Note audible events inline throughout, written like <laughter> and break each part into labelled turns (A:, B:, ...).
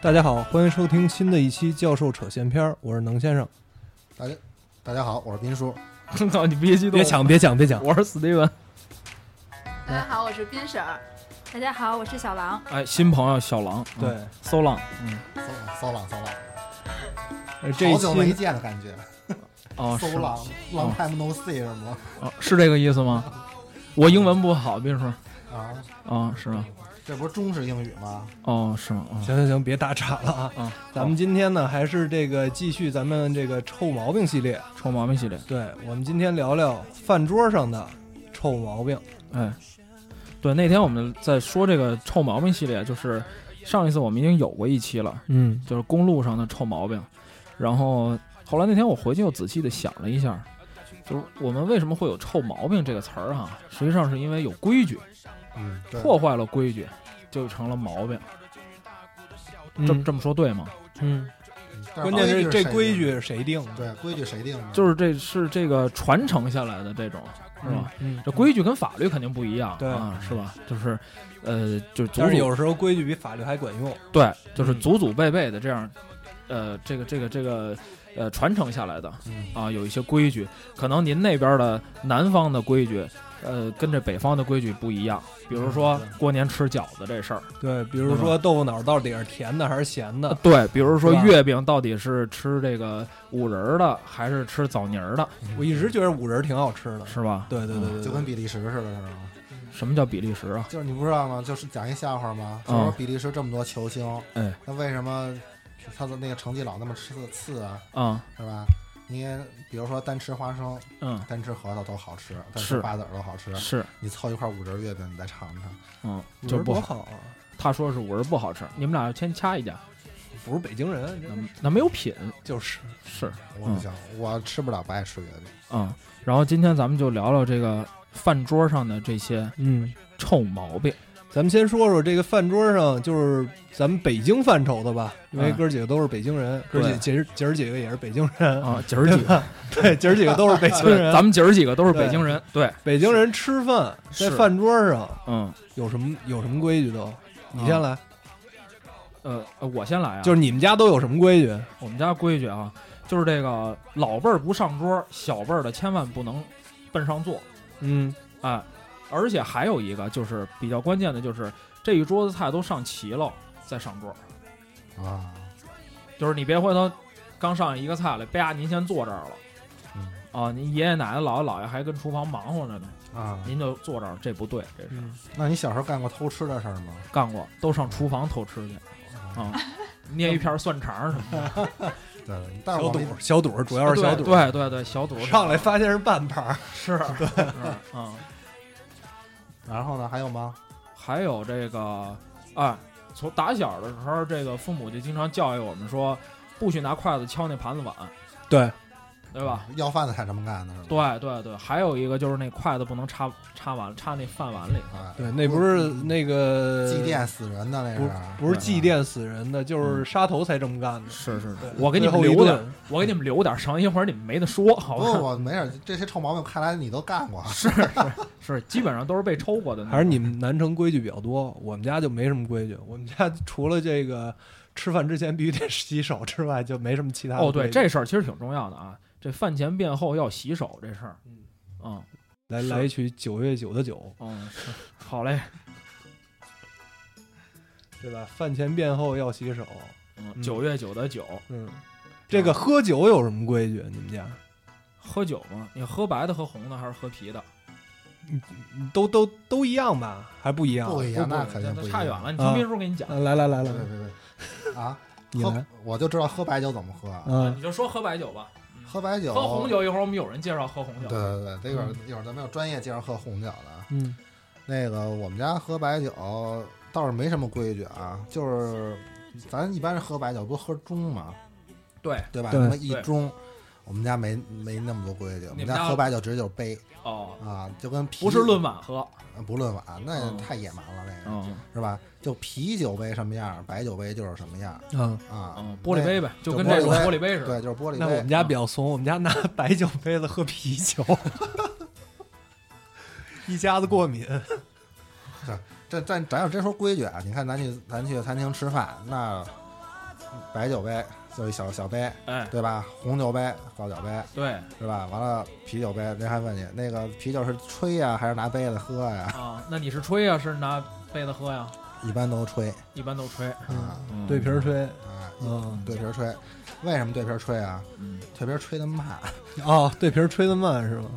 A: 大家好，欢迎收听新的一期《教授扯闲篇》，我是能先生。
B: 大家大家好，我是斌叔。
C: 操，你别激动，
A: 别抢，别抢，别抢！
C: 我是史蒂文。
D: 大家好，我是斌婶儿。大家好，我是小狼。
C: 哎，新朋友小狼，
A: 对，
C: 搜浪
B: 骚骚浪骚浪，
A: 呃这一
B: 好久没
A: 期
B: 见的感觉。
C: 哦，是
B: 骚浪，long time no see 是吗？
C: 哦是这个意思吗？我英文不好，别说
B: 啊，
C: 啊，是吗？
B: 这不是中式英语吗？
C: 哦，是吗？啊
A: 行行行，别打岔了啊！
C: 啊，
A: 咱们今天呢，还是这个继续咱们这个臭毛病系列。
C: 好臭毛病系列，
A: 对我们今天聊聊饭桌上的臭毛病。
C: 哎，对，那天我们在说这个臭毛病系列，就是上一次我们已经有过一期了，
A: 嗯，
C: 就是公路上的臭毛病。然后后来那天我回去又仔细的想了一下，就是我们为什么会有臭毛病这个词儿哈？实际上是因为有规矩，
B: 嗯，对，
C: 破坏了规矩，就成了毛病。这么这么说对吗？
A: 嗯，
B: 但
A: 关键是这规
B: 谁
A: 矩
B: 定
A: 谁定的
B: 的，？对规矩谁定的？
C: 就是这是这个传承下来的这种，是吧？
A: 嗯，
C: 这规矩跟法律肯定不一样，
A: 对
C: 啊，是吧？就是，呃，就是祖
A: 但是
C: 祖
A: 有时候规矩比法律还管用。
C: 对，就是
A: 嗯
C: 祖祖辈辈的这样，呃，这个这个这个呃传承下来的
B: 嗯
C: 啊，有一些规矩，可能您那边的南方的规矩，呃，跟这北方的规矩不一样。比如说
B: 嗯对
C: 过年吃饺子这事儿，
A: 对，比如说豆腐脑到底是甜的还是咸的？
C: 对，比如说
A: 嗯是吧
C: 月饼到底是吃这个五仁儿的还是吃枣泥儿的，
A: 我一直觉得五仁挺好吃的。
C: 是吧？
A: 嗯对对对对，
B: 就跟比利时似的，是吗？
C: 什么叫比利时啊？
B: 就是你不知道吗？就是讲一笑话吗？就
C: 嗯
B: 说比利时这么多球星，
C: 哎，
B: 那为什么他的那个成绩老那么吃次啊？
C: 啊、
B: 是吧？你比如说单吃花生、
C: 嗯，
B: 单吃核桃都好吃，单
C: 是
B: 吃瓜子儿都好吃。
C: 是，
B: 你凑一块五仁月饼，你再尝尝。
C: 嗯，
A: 对
C: 就
A: 五仁
C: 不
A: 多
C: 好。
A: 好啊！
C: 他说是五仁不好吃，你们俩先掐一架，
A: 不是北京人，
C: 那
A: 真是
C: 那没有品
A: 就是
C: 是
B: 我不行，我吃不了，不爱吃月饼。
C: 嗯。然后今天咱们就聊聊这个饭桌上的这些
A: 嗯。
C: 臭毛病。
A: 咱们先说说这个饭桌上，就是咱们北京范畴的吧，因为
C: 嗯
A: 哥儿几个都是北京人，啊哥儿几姐儿姐儿几个也是北京 <laughs> 人，
C: 啊，姐儿几个，
A: 对，姐儿几个都是北京
C: 对，
A: 人。
C: 咱们姐儿几个都是北京人，对，
A: <laughs> 北京人吃饭在
C: 是
A: 饭桌上
C: 嗯，
A: 有什么有什么规矩都？你先来，
C: 呃，呃我先来啊，
A: 就是你们家都有什么规矩？
C: 我们家规矩啊，就是这个老辈儿不上桌，小辈儿的千万不能奔上坐
A: 嗯
C: 啊。而且还有一个就是比较关键的，就是这一桌子菜都上齐了再上桌，
B: 啊，
C: 就是你别回头刚上一个菜了，啪，您先坐这儿了。
B: 嗯
C: 啊，您爷爷奶奶、姥姥姥爷还跟厨房忙活着呢，
B: 啊，
C: 您就坐这儿，这不对，这是
A: 嗯，
B: 那你小时候干过偷吃的事儿吗？
C: 干过，都上厨房偷吃去啊，捏一片蒜肠什么的，
B: 对，但是
A: 小
B: 我
A: 肚
B: 们
A: 主小肚主要嗯是小肚，
C: 对对对，小肚
A: 上来发啊现是半盘儿，
C: 是，对，嗯，
B: 然后呢还有吗？
C: 还有这个啊，从打小的时候，这个父母就经常教育我们说，不许拿筷子敲那盘子碗，
A: 对，
C: 对吧？？
B: 嗯要饭的才这么干呢，
A: 嗯
B: 是吧？
C: 对对对，还有一个就是那筷子不能插插碗插那饭碗里，
B: 啊，
A: 对，那不是那个
B: 祭奠死人的那
A: 不
B: 是？啊
A: 不是祭奠死人的，就是杀头才这么干的。
C: 是是
A: 对
C: 我给你
A: 最
C: 们
A: 后一
C: 留点
A: 顿
C: 儿，我给你们留点儿省，一会儿你们没得说，好
B: 不
C: 吧？
B: 过我没事儿，这些臭毛病看来你都干过。
C: 是是是，基本上都是被抽过的那种。
A: 还是你们南城规矩比较多，我们家就没什么规矩。我们家 <laughs> 除了这个吃饭之前必须得洗手之外，就没什么其他的
C: 哦，对，
A: 规矩
C: 这事儿其实挺重要的啊。这饭前便后要洗手这事儿，
A: 嗯
C: 嗯
A: 来
C: 是
A: 来一曲九月九的九，
C: 嗯，是好嘞，
A: 对吧？饭前便后要洗手，
C: 嗯，
A: 嗯
C: 九月九的九，
A: 嗯，这个喝酒有什么规矩？啊你们家
C: 喝酒嘛，你喝白的、喝红的还是喝啤的？
A: 都都都一样吧？还不一样？
B: 不一样，那肯定不
C: 那
B: 一样
C: 差远。了。你
A: 啊
C: 听秘书给你讲，
A: 啊来来来
B: 对
A: 来，
B: 对对对，啊，
A: 你
B: 喝
A: 来，
B: 我就知道喝白酒怎么喝啊，
A: 嗯，
C: 你就说喝白酒吧。嗯
B: 喝白酒，
C: 喝红。酒，一会儿我们有人介绍喝红
B: 对
C: 酒。
B: 对对，这一会儿一会儿咱们有专业介绍喝红酒的啊。
A: 嗯
B: 那个我们家喝白酒倒是没什么规矩啊，就是咱一般是喝白酒不喝盅嘛，
C: 对，
B: 对吧？
A: 对
B: 那么一
C: 对
B: 盅，我们家没没那么多规矩，我们
C: 你们家
B: 家喝白酒直接就是杯
C: 哦，
B: 啊，就跟啤
C: 嗯不是论碗喝。
B: 呃不论碗，那
C: 嗯
B: 太野蛮了，那个、
C: 嗯
B: 是吧？就啤酒杯什么样，白酒杯就是什么样
A: 啊，
B: 啊、
C: 嗯，玻璃杯呗，就跟
B: 就玻
C: 这
B: 璃
C: 种
B: 杯
C: 玻璃杯
B: 那
C: 似的。
B: 对，就是玻璃杯。
A: 那我们家比较怂，我们家拿白酒杯子喝啤酒， <laughs> 一家子过敏。
B: 这但咱要真说规矩啊，你看咱去咱去餐厅吃饭，那白酒杯就是一小小杯，
C: 哎，
B: 对吧？红酒杯、高脚杯，
C: 对
B: 是吧？完了啤酒杯，人还问你那个啤酒是吹呀、还是拿杯子喝呀、
C: 啊，那你是吹呀，是拿杯子喝呀？
B: 一般都吹
C: 一般都吹。
B: 啊
C: 嗯
A: 对瓶儿吹，
B: 啊，
A: 嗯
B: 对瓶吹。为什么对瓶吹啊？
C: 嗯
B: 对瓶吹的慢，
A: 哦，对瓶儿吹的慢是吗？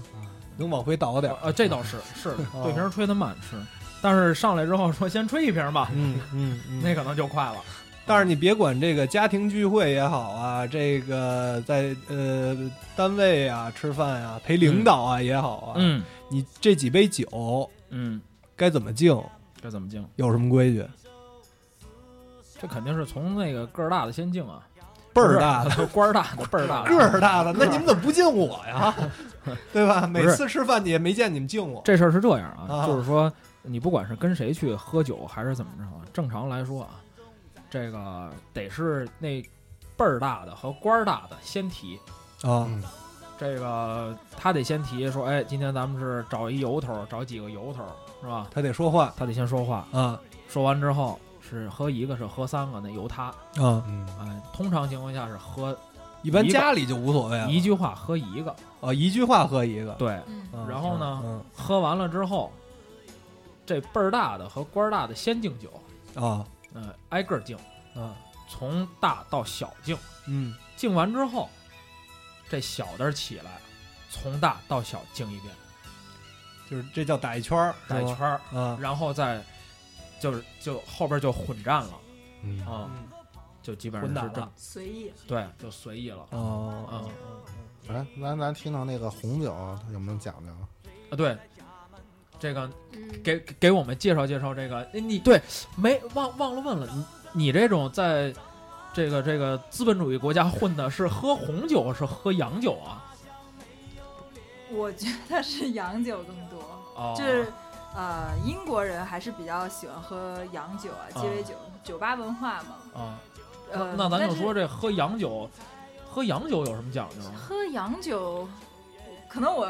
A: 能往回倒点儿。
C: 呃，这倒是是
A: 哦
C: 对瓶儿吹的慢是，但是上来之后说先吹一瓶吧，
A: 嗯嗯嗯，
C: 那可能就快了。
A: 但是你别管这个家庭聚会也好啊，这个在呃单位啊吃饭啊，陪领导啊也好啊，
C: 嗯
A: 你这几杯酒
C: 嗯，
A: 该怎么敬，
C: 这怎么敬？
A: 有什么规矩？
C: 这肯定是从那个个儿大的先敬啊，
A: 倍儿大
C: <laughs>
A: 的。
C: 的官儿大的倍儿大的
A: 个儿大的，那你们怎么不敬我
C: <laughs>
A: 呀？对吧？每次吃饭你也没见你们敬我。
C: 这事儿是这样啊，
A: 啊
C: 就是说，你不管是跟谁去喝酒还是怎么着啊，正常来说啊，这个得是那辈儿大的和官儿大的先提。
A: 啊
B: 嗯
C: 这个他得先提说，哎，今天咱们是找一由头，找几个由头，是吧？
A: 他得说话
C: 他得先说话，
A: 啊
C: 说完之后是喝一个，是喝三个，那由他。
A: 啊！
B: 嗯，
C: 哎，通常情况下是喝
A: 一般家里就无所谓了，
C: 一句话喝一个，
A: 啊一句话喝一个。
C: 对，
D: 嗯，
A: 啊
C: 然后呢
A: 嗯
C: 喝完了之后，这辈儿大的和官儿大的先敬酒，
A: 嗯啊
C: 嗯、挨个儿敬。
A: 啊
C: 从大到小敬，
A: 嗯
C: 敬完之后，这小的起来，从大到小敬一遍，
A: 就是这叫打一圈儿，
C: 打一圈儿，
A: 儿啊。
C: 然后再就是就后边就混战了
E: 嗯
C: 啊、
A: 嗯
C: 就基本上是
A: 混
C: 这
A: 打
C: 么
A: 了
D: 随意。
C: 对，就随意了。
A: 哦
C: 嗯
B: 咱咱咱听到那个红酒有没有讲究？
C: 啊，对，这个
D: 嗯，
C: 给给我们介绍介绍这个，哎你对没忘忘了问了，你你这种在这个这个资本主义国家混的是喝红酒是喝洋酒啊？
D: 我觉得是洋酒更多，
C: 哦，
D: 就是呃，英国人还是比较喜欢喝洋酒啊，鸡尾酒，酒吧文化嘛。
C: 啊，
D: 呃，
C: 嗯那咱
D: 但
C: 就是说这喝洋酒，喝洋酒有什么讲究啊？
D: 喝洋酒，可能我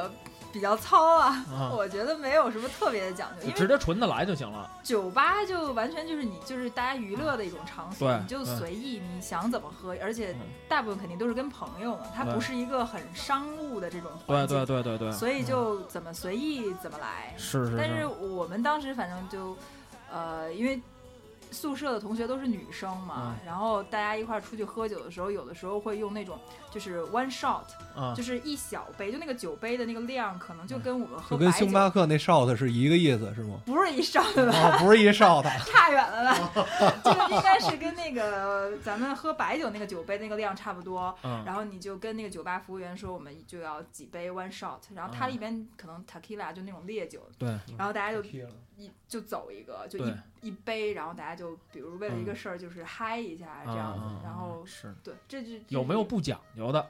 D: 比较糙啊，
C: 啊，
D: 我觉得没有什么特别的讲究，
C: 就
D: 因
C: 直
D: 为
C: 接纯的来就行了。
D: 酒吧就完全就是你就是大家娱乐的一种场所，
C: 对
D: 你就
C: 对
D: 随意你想怎么喝，而且
C: 嗯
D: 大部分肯定都是跟朋友嘛，它
C: 对
D: 不是一个很商务的这种环境，
C: 对对对对
A: 嗯
C: 对，
D: 所以就怎么随意怎么来。
C: 是是
D: 但是，我们当时反正就，呃，因为宿舍的同学都是女生嘛，
A: 嗯
D: 然后大家一块儿出去喝酒的时候，有的时候会用那种就是 one shot，、
A: 嗯
C: 啊
D: 就是一小杯，就那个酒杯的那个量，可能就跟我们喝
A: 就
D: 白
A: 跟
D: 酒
A: 星巴克那 shot 是一个意思是
D: <laughs>
A: 吗？
D: 不是一上的吧，
A: 哦，不是一 shot，
D: <laughs> 差远了吧？ <laughs> 这个应该是跟那个呃咱们喝白酒那个酒杯那个量差不多。
C: 嗯
D: 然后你就跟那个酒吧服务员说，我们就要几杯 one shot，然后它里边可能 tequila 就那种烈酒，
C: 对，
D: 然后大家就一就走一个，就一
C: 对
D: 一杯，然后大家就比如为了
A: 嗯
D: 一个事儿就是嗨一下这
A: 啊
D: 样子，
C: 嗯嗯嗯
D: 然后
C: 是
D: 对，这就
C: 有没有不讲究的？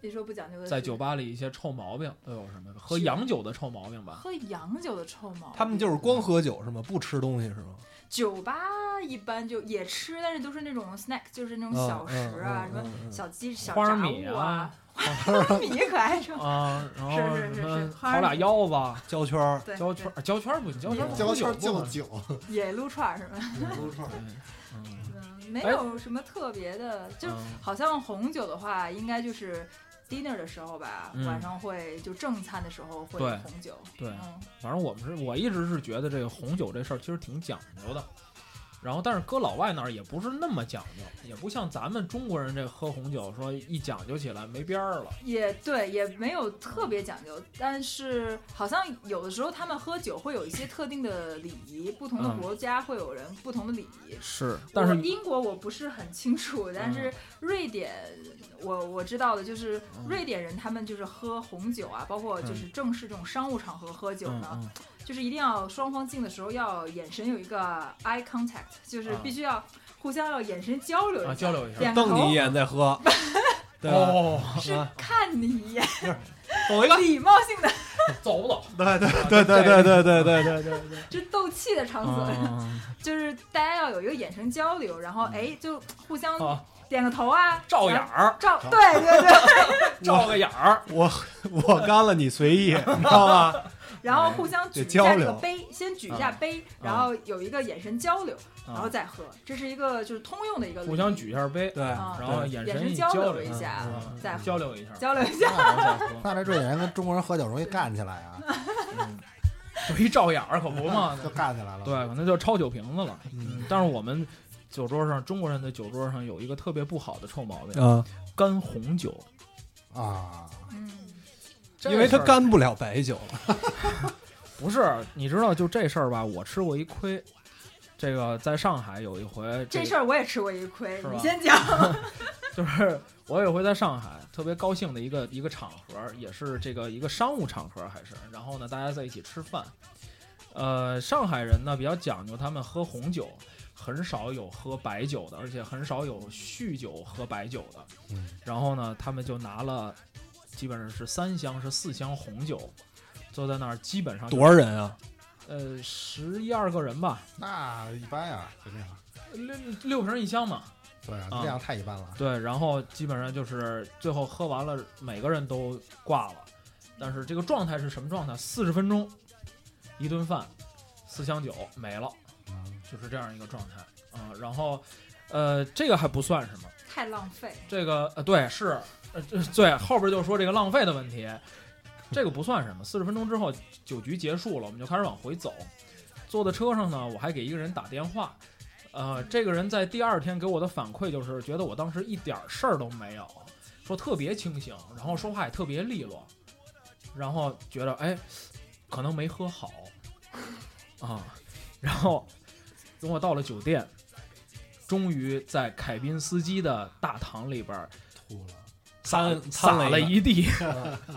D: 别说不讲究的
C: 在
D: 呃是
C: 酒吧里一些臭毛病都有什么？喝洋酒的臭毛病
D: <laughs>
C: 吧。
D: 喝洋酒的臭毛病，
A: 他们就是光喝酒是吗？不吃东西是吗？
D: 酒吧一般就也吃，但是都是那种 snack，就是那种
A: 嗯
D: 小食
A: 嗯嗯
D: 啊，什么
A: 嗯嗯
D: 小鸡、小
C: 花
D: 炸
C: 米
D: 物啊
C: 啊， <laughs>
D: 花米可爱说，
C: 啊，然后
D: 是是是
C: 什么
D: 是花
C: 烤俩腰子、啊
A: 胶嗯圈儿
D: 对，
C: 胶圈、胶圈不行，胶圈不
B: 交圈
C: 不
B: 敬
C: 能
B: 酒，
D: 对 <laughs> 野撸串儿什么的，
C: 嗯
D: 嗯没有什么特别的，就
C: 嗯
D: 好像红酒的话，应该就是 dinner 的时候吧，
C: 嗯
D: 晚上会就正餐的时候会
C: 对
D: 红酒，
C: 对，
D: 嗯，
C: 反正我们是我一直是觉得这个红酒这事儿其实挺讲究的，然后，但是搁老外那儿也不是那么讲究，也不像咱们中国人这喝红酒说一讲究起来没边儿了。
D: 也对，也没有特别讲究，但是好像有的时候他们喝酒会有一些特定的礼仪，不同的
C: 嗯
D: 国家会有人不同的礼仪。
C: 是，但是
D: 我英国我不是很清楚，但是瑞典我我知道的就是
C: 嗯
D: 瑞典人他们就是喝红酒啊，包括就是正式这种商务场合喝酒
C: 嗯
D: 呢，
C: 嗯
D: 就是一定要双方敬的时候要眼神有一个 eye contact，就是
C: 啊
D: 必须要互相要眼神交流一下，
C: 啊，交流一下。
D: 点
A: 瞪你一
D: 头
A: 眼再
D: <laughs>
A: 喝，对吧？
C: 哦，
D: 是
A: 啊
D: 看你一眼，
A: 走一个，
D: <laughs> 礼貌性的，
C: 走不走？
A: 对对对对对对对对对对，
D: 就是斗气的场所，
C: 嗯，
D: <laughs> 就是大家要有一个眼神交流，然后哎就互相
C: 啊
D: 点个头啊，
C: 照眼
D: 然后
C: 儿，
D: 照，对对对，
C: 照个眼儿，
A: 我我干了你随意，你知道吧？
D: 然
C: 哎
D: 后互相举
A: 得交
D: 下这
A: 流
D: 个杯，先举一下杯，然后有一个眼神交流，然后
C: 啊
D: 再喝，这是一个就是通用的一个
C: 互相举一下杯，
A: 对，
D: 啊，
C: 然后
D: 对
C: 眼
D: 眼
C: 神一
D: 交
C: 交
D: 流一下，
C: 啊
D: 再喝
C: 交流一下，
D: 交流一下，
C: 然后
B: 那
C: 再喝。
B: 那这瑞典人跟中国人喝酒容易干起来啊，
C: 有一照眼儿可
B: <laughs>
C: 不嘛，
B: 就干起来了。
C: 对，可能就抄酒瓶子了。嗯，但是我们酒桌上，中国人的酒桌上有一个特别不好的臭毛病，
A: 嗯，
C: 干红酒，
B: 啊，
D: 嗯，
C: 这
A: 因为他
C: 事儿
A: 干不了白酒了，
C: 不是，你知道就这事儿吧？我吃过一亏，这个在上海有一回，
D: 这
C: 个
D: 事儿我也吃过一亏
C: 是，吧
D: 你先讲，
C: <laughs> 就是我有一回在上海特别高兴的一个一个场合，也是这个一个商务场合，还是然后呢，大家在一起吃饭。呃，上海人呢比较讲究，他们喝红酒很少有喝白酒的，而且很少有酗酒喝白酒的。
B: 嗯
C: 然后呢，他们就拿了基本上是三箱是四箱红酒，坐在那儿基本上就
A: 多少人啊？
C: 呃十一二个人吧，
B: 那一般呀，就这样。
C: 六六瓶一箱嘛。
B: 对啊，
C: 啊
B: 这样太一般了。
C: 对，然后基本上就是最后喝完了，每个人都挂了。但是这个状态是什么状态？四十分钟，一顿饭，四箱酒没了，
B: 嗯
C: 就是这样一个状态啊、然后，呃，这个还不算什么，
D: <laughs> 太浪费，
C: 这个呃对是，呃这对后边就说这个浪费的问题，这个不算什么。四十分钟之后酒局结束了，我们就开始往回走。坐在车上呢，我还给一个人打电话，呃，这个人在第二天给我的反馈就是觉得我当时一点事儿都没有，说特别清醒，然后说话也特别利落，然后觉得哎，可能没喝好啊，然后等我到了酒店。终于在凯宾斯基的大堂里边儿
B: 吐了。
C: 撒
A: 掺掺
C: 撒
A: 了一
C: 一地， <laughs>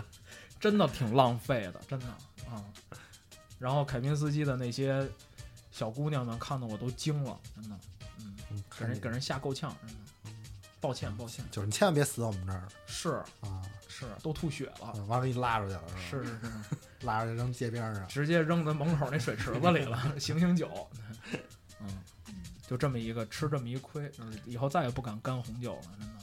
C: 真的挺浪费的，真的啊、嗯然后凯宾斯基的那些小姑娘们看的我都惊了，真的，嗯，
B: 嗯，
C: 给人给人吓够呛，真的。抱歉，抱歉，
B: 就是你千万别死我们这儿
C: 是
B: 啊！
C: 是，都吐血
A: 嗯
C: 了，
B: 完了，给你拉出去了，吧？
C: 是是啊是，
B: 拉出去扔街边上。
C: 直接扔在门口那水池子里了，醒醒酒，嗯，就这么一个吃这么一亏，就是以后再也不敢干红酒了，真的。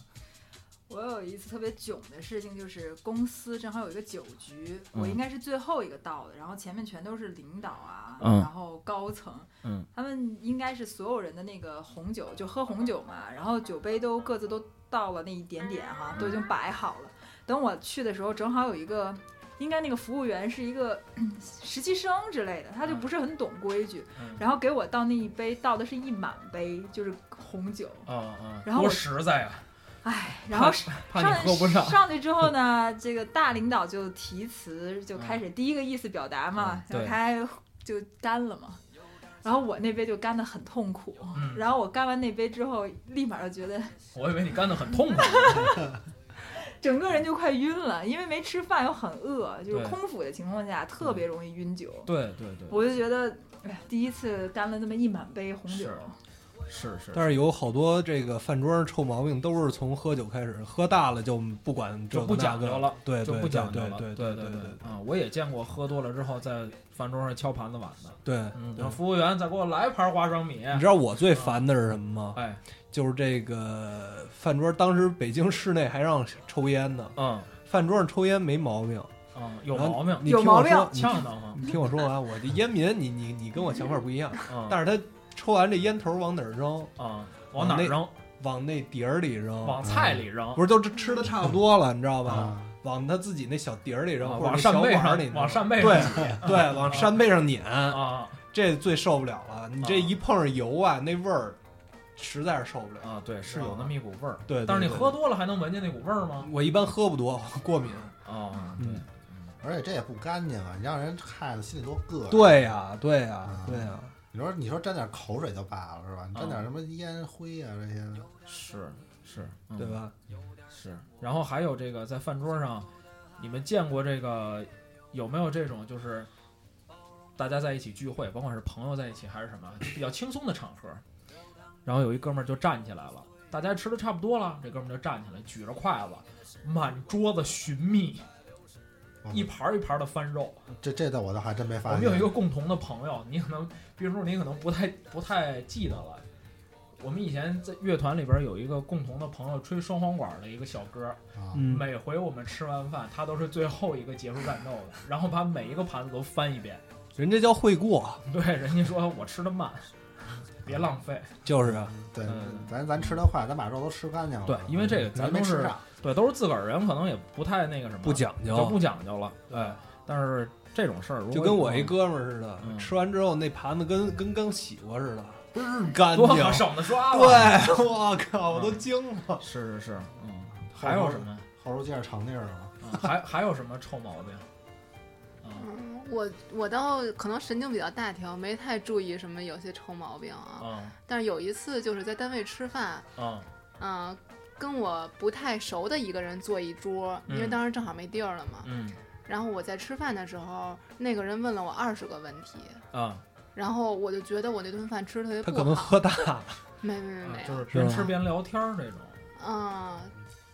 D: 我有一次特别囧的事情，就是公司正好有一个酒局，
C: 嗯
D: 我应该是最后一个到的，然后前面全都是领导啊，
C: 嗯
D: 然后高层，
C: 嗯，
D: 他们应该是所有人的那个红酒，就喝红酒嘛，然后酒杯都各自都到了那一点点哈，
C: 嗯
D: 都已经摆好了。等我去的时候，正好有一个，应该那个服务员是一个 <clears throat> 嗯实习生之类的，他就不是很懂规矩，
C: 嗯
D: 然后给我倒那一杯，倒的是一满杯，就是红酒，
C: 啊
A: 嗯
C: 啊，
D: 然后
C: 多
D: 我
C: 实在啊， <laughs>
D: 哎，然后
C: 怕你喝不上。
D: 上去之后
C: <laughs>
D: 呢，这个大领导就提词，就开始第一个意思表达嘛
C: 嗯，对
D: 然后他就干了嘛。然后我那杯就干得很痛苦，
C: 嗯
D: <laughs> 然后我干完那杯之后，立马就觉得
C: 我以为你干得很痛苦。
D: 整个人就快晕了，因为没吃饭又很饿，就是
C: 对嗯
D: 空腹的情况下特别容易晕酒。
C: 对对对，
D: 我就觉得，哎呀，第一次干了那么一满杯红酒，
C: 是是
A: 但是有好多这个饭桌上臭毛病都是从喝酒开始，喝大了就不管这
C: 就不
A: 个那
C: 讲
A: 个
C: 究了，
A: 对，
C: 就
A: 对
C: 不讲究
A: 对
C: 了。
A: 对
C: 对
A: 对
C: 对啊！我也见过喝多了之后在饭桌上敲盘子碗的，
A: 对，
C: 嗯，
A: 对
C: 让服务员再给我来盘花生米。
A: 你知道我最烦的是什么吗？
C: 哎，
A: 就是这个饭桌，当时北京市内还让抽烟呢，
C: 嗯
A: 饭桌上抽烟没毛病，
C: 嗯，有
A: 然后
C: 毛病，
A: 你
D: 有
A: 听我
D: 毛病
A: 说你
C: 呛当吗？
A: 你听我说完，我这烟民，你你你跟我想法不一样，
C: 嗯，
A: 但是他抽完这烟头往哪儿扔？
C: 啊，往
A: 往
C: 哪儿
A: 那
C: 扔？
A: 往那碟儿里扔，
C: 往菜里扔，
A: 不是都吃的差不多了，你知道吧？
B: 啊，
A: 往他自己那小碟儿里扔，
C: 啊
A: 嗯或者
C: 往
A: 那小
C: 扇贝
A: 碗儿里
C: 上，
A: 扔，
C: 往扇贝上
A: 对对，往扇贝上撵，
C: 啊，
A: 这最受不了了。你
C: 啊
A: 这一碰上油啊，那味儿实在是受不了。
C: 啊，对，是有那么一股味儿。
A: 对对
C: 但是你
A: 对
C: 喝多了还能闻见那股味儿吗？
A: 我一般喝不多，我过敏。
C: 啊，
A: 嗯
C: 对，
B: 而且这也不干净啊，你让人看着心里多膈应。，
A: 对嗯呀、对呀、
B: 啊
A: 对呀、
B: 你说你说沾点口水就罢了是吧？你沾
C: 嗯
B: 点什么烟灰啊这些，
C: 是是，嗯
A: 对吧？
C: 是。然后还有这个在饭桌上，你们见过这个有没有这种就是大家在一起聚会，甭管是朋友在一起还是什么比较轻松的场合，然后有一哥们儿就站起来了，大家吃的差不多了，这哥们儿就站起来举着筷子，满桌子寻觅，
B: 嗯
C: 一盘儿一盘儿的翻肉。
B: 这这倒我倒还真没
C: 我
B: 发
C: 们
B: 现。
C: 有一个共同的朋友，你可能，比如说你可能不太不太记得了。我们以前在乐团里边有一个共同的朋友，吹双簧管的一个小哥，
B: 啊，
A: 嗯，
C: 每回我们吃完饭，他都是最后一个结束战斗的，然后把每一个盘子都翻一遍。
A: 人家叫会过，
C: 对，人家说我吃的慢，别浪费。
A: 就是啊，
B: 对
C: 嗯，
B: 咱咱吃的快，咱把肉都吃干净了。
C: 对因为这个
B: 嗯
C: 咱
B: 没
C: 都
B: 吃
C: 是
B: 上，
C: 对，都是自个儿人，可能也不太那个什么，
A: 不讲
C: 就
A: 究
C: 不，讲究了。对，但是这种事儿，如果
A: 就跟我
C: 有
A: 一哥们儿似的，
C: 嗯
A: 吃完之后那盘子跟跟刚洗过似的，倍儿干净
C: 多。好省得刷了。
A: 对，我靠，我都惊了。
C: 是是是，嗯，还有什么？
B: 后头接着尝地儿了嘛。
C: 啊还还有什么臭毛病？啊，
F: 嗯我我倒可能神经比较大条，没太注意什么有些臭毛病啊。
C: 嗯
F: 但是有一次就是在单位吃饭，
C: 嗯
F: 嗯、跟我不太熟的一个人坐一桌，因为
C: 嗯
F: 当时正好没地儿了嘛。
C: 嗯
F: 然后我在吃饭的时候，那个人问了我二十个问题，
C: 啊，
F: 然后我就觉得我那顿饭吃的特别
A: 他
F: 不好。
A: 可能喝大了，
F: 没没没没，
C: 啊就是
A: 是
C: 边
A: 吗
C: 吃边聊天儿这种。
F: 嗯，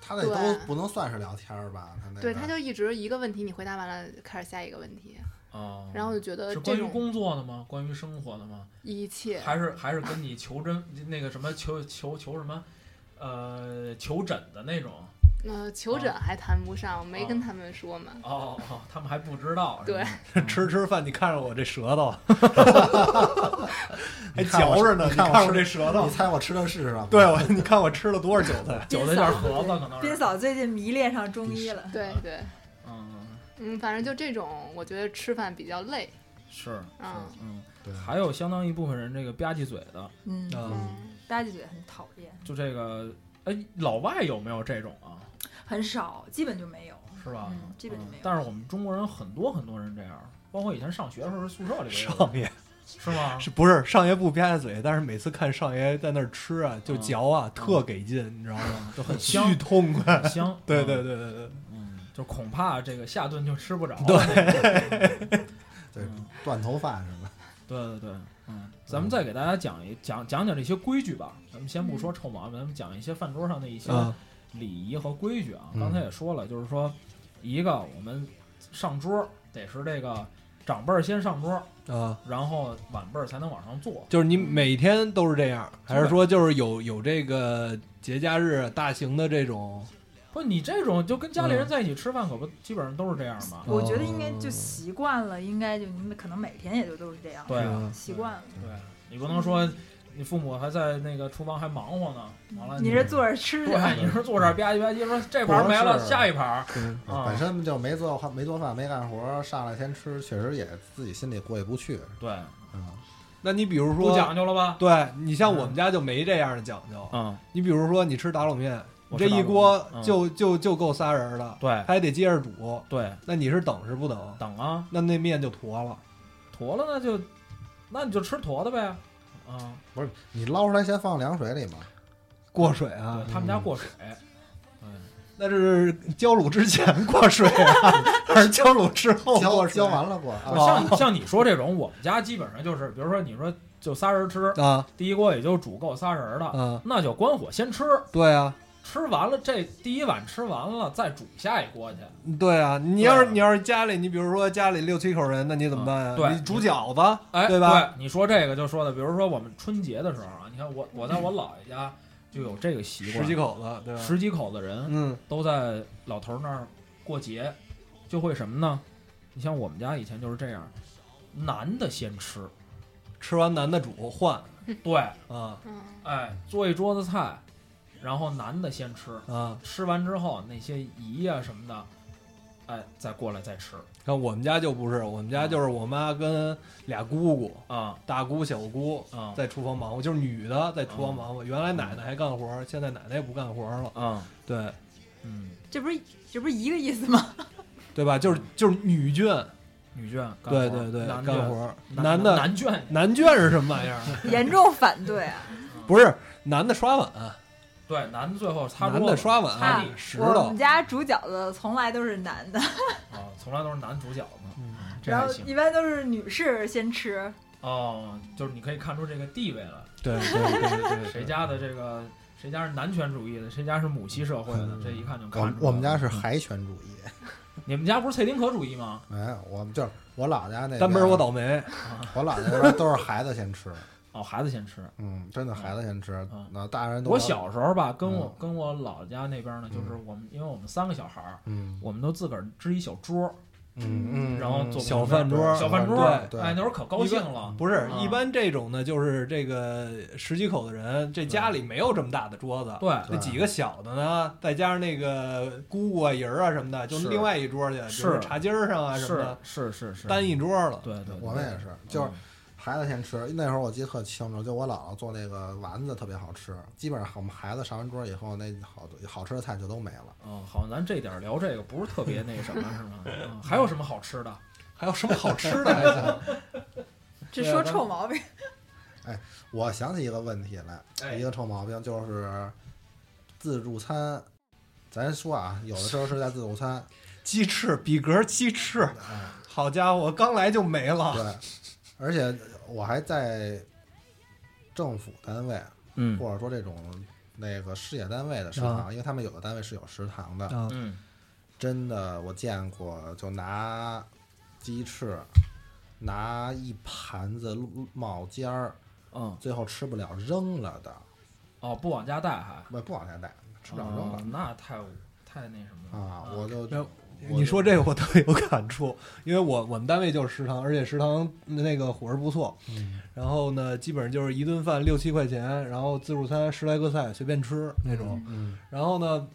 B: 他那
F: 对
B: 都不能算是聊天儿吧？他那个
F: 对，他就一直一个问题你回答完了，开始下一个问题，
C: 啊，
F: 然后我就觉得
C: 是
F: 这
C: 关于
F: 种
C: 工作的吗？关于生活的吗？
F: 一切
C: 还是还是跟你求真那个什么求求求什么，呃，求诊的那种？
F: 呃，求
C: 啊
F: 诊还谈不上，没跟他们说嘛。
C: 哦，哦他们还不知道。是 <laughs>
F: 对
C: 吧，
A: 吃吃饭，你看着我这舌头，还
B: 看我
A: 嚼着呢，
B: 你
A: 你
B: 看
A: 看
B: 我
A: 我
B: 吃
A: 这舌头
B: 你，猜我吃的是什么？
A: 对我，你看我吃了多少韭菜？
C: 韭菜馅儿盒子可能
D: 斌
C: 是。
D: 嫂最近迷恋上中医了，
C: 啊
F: 对对，
C: 嗯，
F: 嗯，反正就这种，我觉得吃饭比较累。
C: 是
F: 嗯
C: 是嗯，
B: 对，
C: 还有相当一部分人这个吧唧嘴的，
D: 嗯，
A: 嗯，
D: 吧唧嘴很讨厌，
C: 就这个，哎，老外有没有这种啊？
D: 很少，基本就没有。
C: 是吧？
D: 嗯基本就没有
C: 但是我们中国人很多很多人这样，包括以前上学的时候，宿舍里边也有
A: 少爷
C: 是吗？
A: 是不是上爷不吧唧嘴？但是每次看上爷在那儿吃啊，就嚼啊，特给劲，你知
C: <laughs>
A: 道吗？
C: 就嗯很香
A: 巨，痛快。
C: 很香。
A: <laughs> 对对
C: 嗯，
A: 对对对，
C: 嗯，就恐怕这个下顿就吃不着了。
B: 对
C: 嗯
B: 断头饭是吧？
C: 对对对，嗯，咱们再给大家讲一讲讲讲这些规矩吧。咱们先不说臭毛病，咱们讲一些饭桌上的一些
A: 嗯
C: 礼仪和规矩啊。
B: 嗯
C: 刚才也说了，就是说，一个我们上桌得是这个长辈儿先上桌，
A: 啊，
C: 然后晚辈儿才能往上坐。
A: 就是你每天都是这样，还是说就是有有这个节假日大型的这种？
C: 不，你这种就跟家里人
A: 嗯
C: 在一起吃饭，可不基本上都是这样嘛。
D: 我觉得应该就习惯了，应该就你们可能每天也就都是这样，
C: 对
A: 嗯
C: 啊，
D: 习惯了。
C: 对你不能说你父母还在那个厨房还忙活呢，完了
D: 你这坐着吃着，
C: 对，你是坐这儿吧唧吧唧说这盘儿没
B: 不
C: 了，
B: 是
C: 下一盘儿
A: 嗯
C: 啊
B: 本身就没做没做饭没干活，上来先吃，确实也自己心里过意不去。
C: 对，
B: 嗯，
A: 那你比如
C: 不
A: 说，
C: 讲究了吧？
A: 对你像我们家就没这样的讲究。
C: 嗯，
A: 你比如说，你吃打卤面，你
C: 我吃
A: 这
C: 打卤面
A: 一锅
C: 嗯
A: 就就就够仨人了，
C: 对
A: 还得接着煮。
C: 对，
A: 那你是等是不等？
C: 等啊，
A: 那那面就坨了。
C: 坨了那就那你就吃坨的呗。啊，
B: 不是你捞出来先放凉水里
C: <laughs>
B: 嘛？
A: 过水
C: 对
A: 啊，
C: 他们家过水， <laughs>
A: 那是浇卤之前 <laughs> 过水啊，还是浇卤之后
B: 浇
A: 过水？
B: 浇完了过啊，
C: 像你像你说这种，我们家基本上就是，比如说你说就仨人吃，
A: 啊
C: 第一锅也就煮够仨人儿的，
A: 啊，
C: 那就关火先吃，
A: 对啊，
C: 吃完了这第一碗吃完了，再煮下一锅去。
A: 对啊。你要
C: 对
A: 是你要是家里，你比如说家里六七口人，那你怎么办呀？啊
C: 嗯对
A: 你煮饺子，
C: 哎，
A: 对吧？
C: 你说这个就说的，比如说我们春节的时候啊，你看我我在我姥爷家就有这个习惯，
A: 十几口子，对吧？
C: 十几口子人
A: 嗯
C: 都在老头那儿过节，就会什么呢？你像我们家以前就是这样，男的先吃，
A: 吃完男的煮换
C: 对，
A: 啊
F: 嗯，
C: 哎，做一桌子菜，然后男的先吃，
A: 啊
C: 啊吃完之后那些姨呀、什么的，哎，再过来再吃
A: 看我们家就不是，我们
C: 嗯
A: 家就是我妈跟俩姑姑，
C: 啊
A: 大姑小姑
C: 啊
A: 在厨房忙活，就是女的在厨房忙活。原来奶奶还干活，现在奶奶也不干活了，
C: 啊
A: 对
C: 嗯，
D: 这不是这不是一个意思吗？
A: 对吧？就是就是女眷，
C: 女眷干活
A: 对对对，
C: 男
A: 干
C: 眷
A: 活。
C: 男
A: 的
C: 男眷
A: 男眷是什么玩意儿？ <laughs>
D: 严重反对啊！
A: 不是男的刷碗，
C: 对男的最后擦
A: 男
C: 桌
A: 的
C: 子
A: 刷碗，啊
C: 擦地
A: 石
D: 我
A: 头
D: 们。家煮饺子从来都是男的，
C: 啊，从来都是男主角嘛，
A: 嗯
C: 这
D: 然
C: 还
D: 后
C: 行
D: 一般都是女士先吃，
C: 哦，就是你可以看出这个地位了，
A: 对
C: <laughs>
A: 对对对对，
C: 谁家的这个谁家是男权主义的，谁家是母系社会的，这一看就看出来了
B: 嗯我我们家是孩权主义，
C: 你们家不是蔡丁壳主义吗？
B: 没有，我们就是我姥家那边
A: 单门我，倒霉，
B: 我姥家那边都是孩子先吃，
C: 哦，孩子先吃。
B: 嗯，真的孩子先吃
C: 嗯，
B: 那大人都
C: 我，小时候吧，跟我
B: 嗯
C: 跟我姥家那边呢，就是我们因为我们三个小孩儿，
B: 嗯
C: 我们都自个儿支一小桌，
B: 嗯嗯，
C: 然后做
A: 小饭桌
C: 小饭桌，
A: 对
B: 对嗯
C: 哎，那会儿可高兴了。
A: 不是
C: 啊
A: 一般这种呢，就是这个十几口的人，这家里没有这么大的桌子，
C: 对，
A: 那几个小的呢，再加上那个姑姑啊、姨儿啊什么的，就是另外一桌去，比
C: 是
A: 如说茶几儿上啊什么
C: 是
A: 的，
C: 是是是，
A: 单一桌了。
C: 对对，
B: 我们也是，
C: 嗯
B: 就是孩子先吃。那时候我记得特清楚，就我姥姥做那个丸子特别好吃，基本上我们孩子上完桌以后，那好好吃的菜就都没了。
C: 嗯，好像咱这点儿聊这个不是特别那什么，是吗？嗯还有什么好吃的？
A: 还有什么好吃
B: <laughs>
A: 的还行？
D: 这
A: 对啊
D: 说
A: 咱
D: 臭毛病。 <laughs>
B: 我想起一个问题来，一个臭毛病就是自助餐。咱说啊，有的时候是在自助餐，
A: 鸡翅，比格鸡翅，
B: 哎
A: 好家伙，刚来就没了。
B: 对，而且我还在政府单位
C: 嗯
B: 或者说这种那个事业单位的食堂，因为他们有的单位是有食堂的，
A: 啊，
C: 嗯，
B: 真的，我见过，就拿鸡翅，拿一盘子冒尖儿，
C: 嗯，
B: 最后吃不了扔了的，
C: 哦，不往家带还
B: 不不往下带，吃不了扔
C: 哦
B: 了
C: 那太太那什么了
B: 啊！我就
A: 然后
B: 我就
A: 你说这个我特别有感触，因为我我们单位就是食堂，而且食堂那个伙食不错。
B: 嗯
A: 然后呢，基本上就是一顿饭六七块钱，然后自助餐十来个菜随便吃那种。
B: 嗯
A: 然后呢，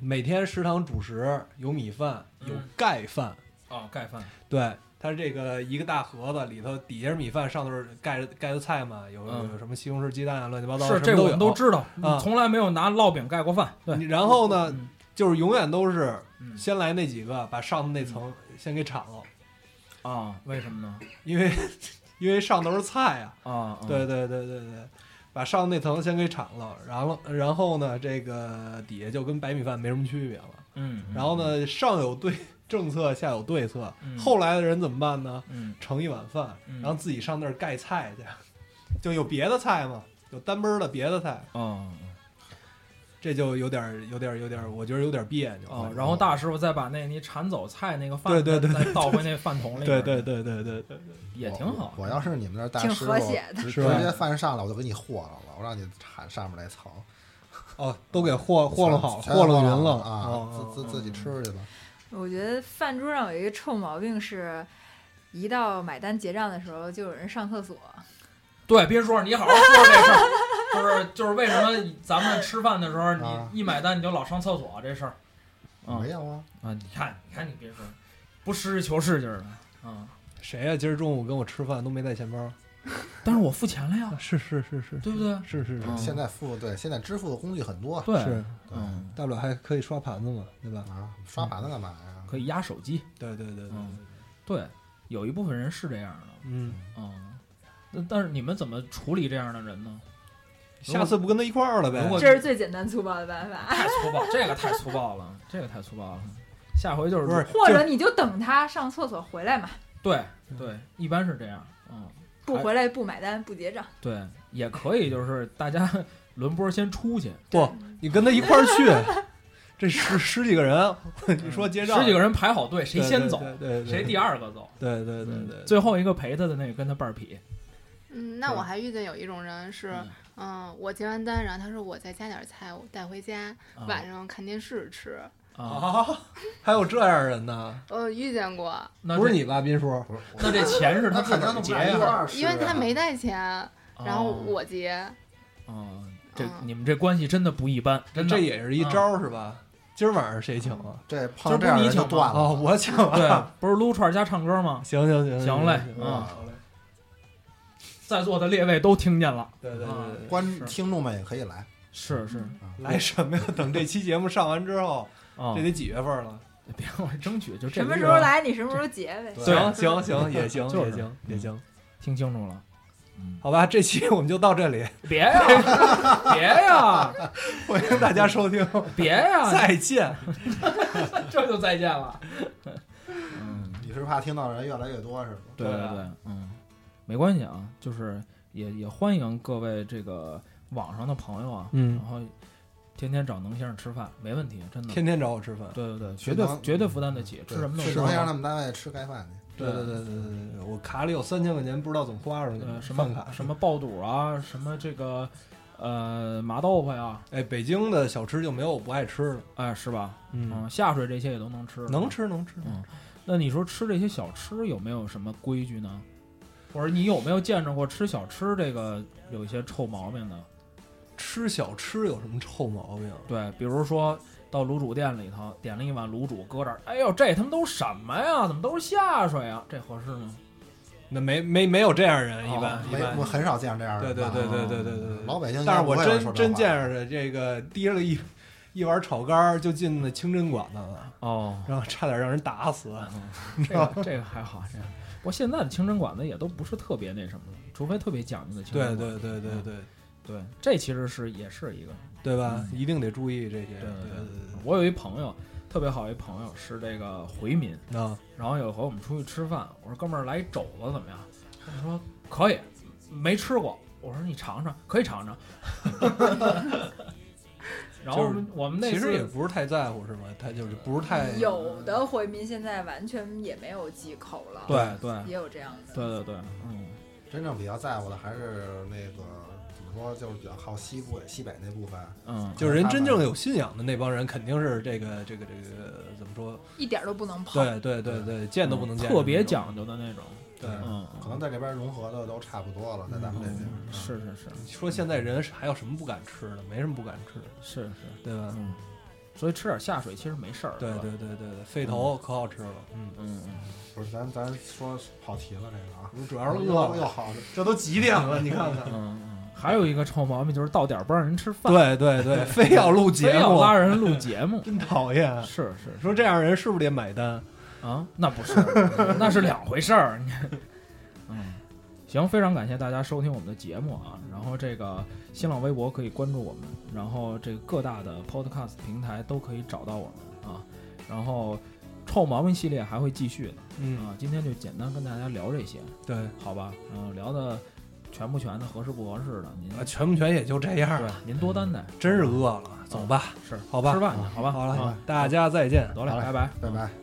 A: 每天食堂主食有米饭，有盖饭，
C: 哦，盖饭
A: 对，它是这个一个大盒子里头底下是米饭，上头是盖着盖的菜嘛，有
C: 嗯
A: 有什么西红柿鸡蛋啊，乱七八糟
C: 是
A: 的，
C: 这
A: 什么
C: 我
A: 都
C: 们
A: 有。
C: 都知道，
A: 啊
C: 从来没有拿烙饼盖过饭。对，
A: 你然后呢，
C: 嗯
A: 就是永远都是
C: 嗯
A: 先来那几个，把上头那层先给铲了，
C: 啊，为什么呢？
A: 因为因为上头是菜啊。
C: 啊，啊
A: 对对对对对，把上那层先给铲了，然后然后呢，这个底下就跟白米饭没什么区别了。
C: 嗯，嗯
A: 然后，呢，上有对政策，下有对策，
C: 嗯
A: 后来的人怎么办呢？
C: 嗯
A: 盛一碗饭，
C: 嗯
A: 然后自己上那儿盖菜去，就有别的菜嘛，有单杯儿的别的菜，
C: 哦
A: 这就有点儿有点儿有点儿，我觉得有点儿别扭。
C: 哦，然后大师傅再把那你铲走菜那个饭，
A: 嗯对对对
C: 再再倒回那饭桶里边
A: 对
C: 儿，
A: 对对对对对，
C: 也挺好。
B: 我要是你们那儿大
D: 挺
B: 师
D: 和
B: 傅
D: 谐的
B: 直
A: 是
B: 直
A: 吧
B: 接饭上来我就给你和了了，我让你铲上面那层，
A: 哦，都给
C: 嗯
A: 和和弄好，
B: 全
A: 和弄
B: 弄
A: 匀
B: 了
A: 了
B: 啊，
A: 哦
B: 自自自己吃去吧。
D: 我觉得饭桌上有一个臭毛病是，一到买单结账的时候就有人上厕所。
C: 对，别说你好好说说这事儿，就是就是为什么咱们吃饭的时候，
B: 啊
C: 你一买单你就老上厕所啊这事儿
A: 哦
C: 嗯
B: 没有啊，
C: 啊？你看，你看，你别说，不实事求是就是的啊。
A: 谁呀、今儿中午跟我吃饭都没带钱包？
C: 但是我付钱了呀
A: 啊， <laughs> 是是是是
C: 对不对？
A: 是是是，
C: 嗯
B: 现在付对现在支付的工具很多，啊
C: 对，
A: 是
B: 对
C: 嗯，
A: 大不了还可以刷盘子嘛，对吧？
B: 啊，
A: 嗯
B: 刷盘子干嘛呀？
C: 可以压手机。
A: 对对对对，
C: 嗯，对，有一部分人是这样的。
A: 嗯，
C: 嗯，那但是你们怎么处理这样的人呢？
A: 下次不跟他一块儿了呗
C: 如？果
D: 这是最简单粗暴的办
C: <laughs>
D: 法。
C: 太粗暴，这个太粗暴了，这个太粗暴了。下回就是
A: 不是
D: 或者你就等他上厕所回来嘛，
C: 对对，一般是这样。嗯，
D: 不回来不买单不结账。
C: 对，也可以，就是大家 <laughs> 轮播先出去，
A: 不，你跟他一块儿去， <laughs> 这十十几个人，你说结账
C: 嗯十几个人排好队，谁
A: 对
C: 先
A: 对
C: 走，
A: 对对对
C: 谁第二个走。
A: 对对对
C: 嗯
A: 对，
C: 最后一个陪他的那个跟他半儿匹，
F: 嗯，那
C: 对
F: 我还遇见有一种人是，
C: 嗯
F: 嗯、我结完单，然后他说我再加点菜，我带回家，
C: 啊
F: 晚上看电视吃。
C: 啊，
A: 啊， <laughs> 还有这样人呢？
F: 呃，遇见过，
C: 那
A: 不是
C: 这，
A: 你吧，斌叔？
B: 不是，
C: 那这钱是
B: 那
C: 他自
B: 肯
C: 个
B: 定
C: 儿
B: 弄
C: 结
B: 不来一块
C: 呀。
B: 儿吃啊，
F: 因为他没带钱，然后
C: 哦
F: 我结。
C: 啊，这
F: 嗯
C: 你们这关系真的不一般，真的
A: <laughs>
C: 嗯
A: 这也是一招儿是吧？今儿晚上谁请啊？
B: 这碰上这样人就断
C: 啊
A: 哦，
B: 了。
A: 我请了。
C: 对，不是撸串儿加唱歌吗？
A: 行行行
C: 行嘞啊
A: 好嘞。
C: 在座的列位都听见了，
A: 对对
C: 啊
A: 对对， <laughs>
B: 观
C: 是嗯
B: 听众们也可以来，啊
C: 是是
A: 来什么呀？等这期节目上完之后，
C: 啊
A: 这，得几月份了？
C: 别我争取就这
D: 什么
C: 个
D: 时
C: 月
D: 候来你什么时候结呗。
B: 对
A: 行行行，也行
C: 就是嗯
A: 也行也行，
C: 听清楚了，
A: 好吧，这期我们就到这里，
C: 别 <laughs> 呀别呀
A: 欢迎大家收听，
C: 别 <laughs>
A: <laughs>
C: 呀，
A: 再见。
C: 这就再见了。 <laughs> 嗯，
B: 你是怕听到的人越来越多是吗？
C: 对
A: 对
C: 对
A: 啊
C: 对，嗯，没关系啊，就是也也欢迎各位这个网上的朋友啊，
A: 嗯
C: 然后天天找能先生吃饭，没问题，真的。
A: 天天找我吃饭。
C: 对对对，绝
B: 去
C: 对
B: 当
C: 绝对负担得起，吃
B: 对
C: 什么都
B: 去
C: 吃
B: 能先让他们单位吃盖饭去。
A: 对对对对对对，我卡里有三千块钱，不知道怎么花出去
C: 呃，
A: 了。
C: 什
A: 饭
C: 么
A: 卡？
C: 什么爆肚啊，什么这个呃麻豆腐呀，
A: 哎，北京的小吃就没有我不爱吃的。啊
C: 哎是吧？，嗯，下水这些也都能吃，嗯
A: 能。吃能吃。
C: 那你说吃这些小吃有没有什么规矩呢？或者你有没有见着过吃小吃这个有一些臭毛病的？
A: 吃小吃有什么臭毛病？
C: 对，比如说到卤煮店里头点了一碗卤煮，搁这儿，哎呦，这他妈都什么呀？怎么都是下水啊？这合适吗？
A: 那没没没有这样人，一般
C: 哦
A: 一
B: 没，
A: 般
B: 我。很少见着这样的
A: 对
B: 人
A: 对
B: 吧。啊
A: 对对对对
C: 嗯
A: 对。
B: 老北京应该
A: 但是
B: 不会
A: 我
B: 有人
A: 真
B: 说这
A: 真
B: 话
A: 见着这个提了一一碗炒肝儿就进那清真馆子了，
C: 哦，
A: 然后差点让人打死。
C: 嗯这个这个还好，这个。不过现在的清真馆子也都不是特别那什么了，除非特别讲究的清
A: 对
C: 真馆子。嗯
A: 对对对对
C: 对对，这其实是也是一个。
A: 对吧？
C: 嗯
A: 一定得注意这些。
C: 对对
A: 对对
C: 我有一朋友，特别好一朋友是这个回民，
A: 对。啊，
C: 然后有一回我们出去吃饭，我说哥们儿来一肘子怎么样？他说可以，没吃过。我说你尝尝，可以尝 <laughs> 尝。然后我们我们那
A: 其实
C: 次
A: 也不是太在乎是吗？他就是不是
C: 哎
A: 太
D: 有的回民现在完全也没有忌口了，
C: 对对
D: 也有这样的。
C: 对对对，嗯，
B: 真正比较在乎的还是那个怎么说，就是比较靠西部西北那部分。
C: 嗯，
A: 就是人真正有信仰的那帮人，肯定是这个这个这个怎么说？
D: 一点都不能跑。
A: 对对对对，见都不能见，
C: 嗯特别讲究的那种，
A: 对。
C: 嗯，
B: 可能在这边融合的都差不多了，在咱们这边、
C: 嗯是是是
A: 你说现在人还有什么不敢吃的？没什么不敢吃的，
C: 是是，
A: 对吧？
C: 嗯，所以吃点下水其实没事儿，
A: 对
C: 是吧
A: 对，对对对，肺头可好吃了，嗯，
C: 嗯嗯。
B: 不是咱咱说跑题了这个啊，
A: 主要是
B: 又
A: 饿
B: 又
A: 了，
B: 好
A: 这都几点 <laughs> 了？你看看，
C: 嗯，嗯，还有一个臭毛病就是到点儿不让人吃饭，
A: 对对 <laughs> 对，非要录节
C: 非要
A: 目，，
C: 拉人录节目 <laughs>
A: 真讨厌。
C: 是是
A: 说这样人是不是得买单？
C: 啊，那
A: <laughs>
C: 不是，那是两回事儿。你 <laughs> 嗯，行，非常感谢大家收听我们的节目啊。然后这个新浪微博可以关注我们，然后这个各大的 Podcast 平台都可以找到我们啊。然后臭毛病系列还会继续的
A: 嗯，
C: 啊。今天就简单跟大家聊这些，
A: 对，啊
C: 好吧？嗯，聊的全不全的，合适不合适的，您
A: 啊，全不全也就这样
C: 对
A: 了，
C: 您多担待，
A: 真是饿了，走吧，
C: 是
A: 好吧
C: 吃饭去，好吧？
A: 好
C: 啊
A: 了，大家再见。
C: 得嘞，
B: 好嘞
C: 拜拜，
B: 拜拜。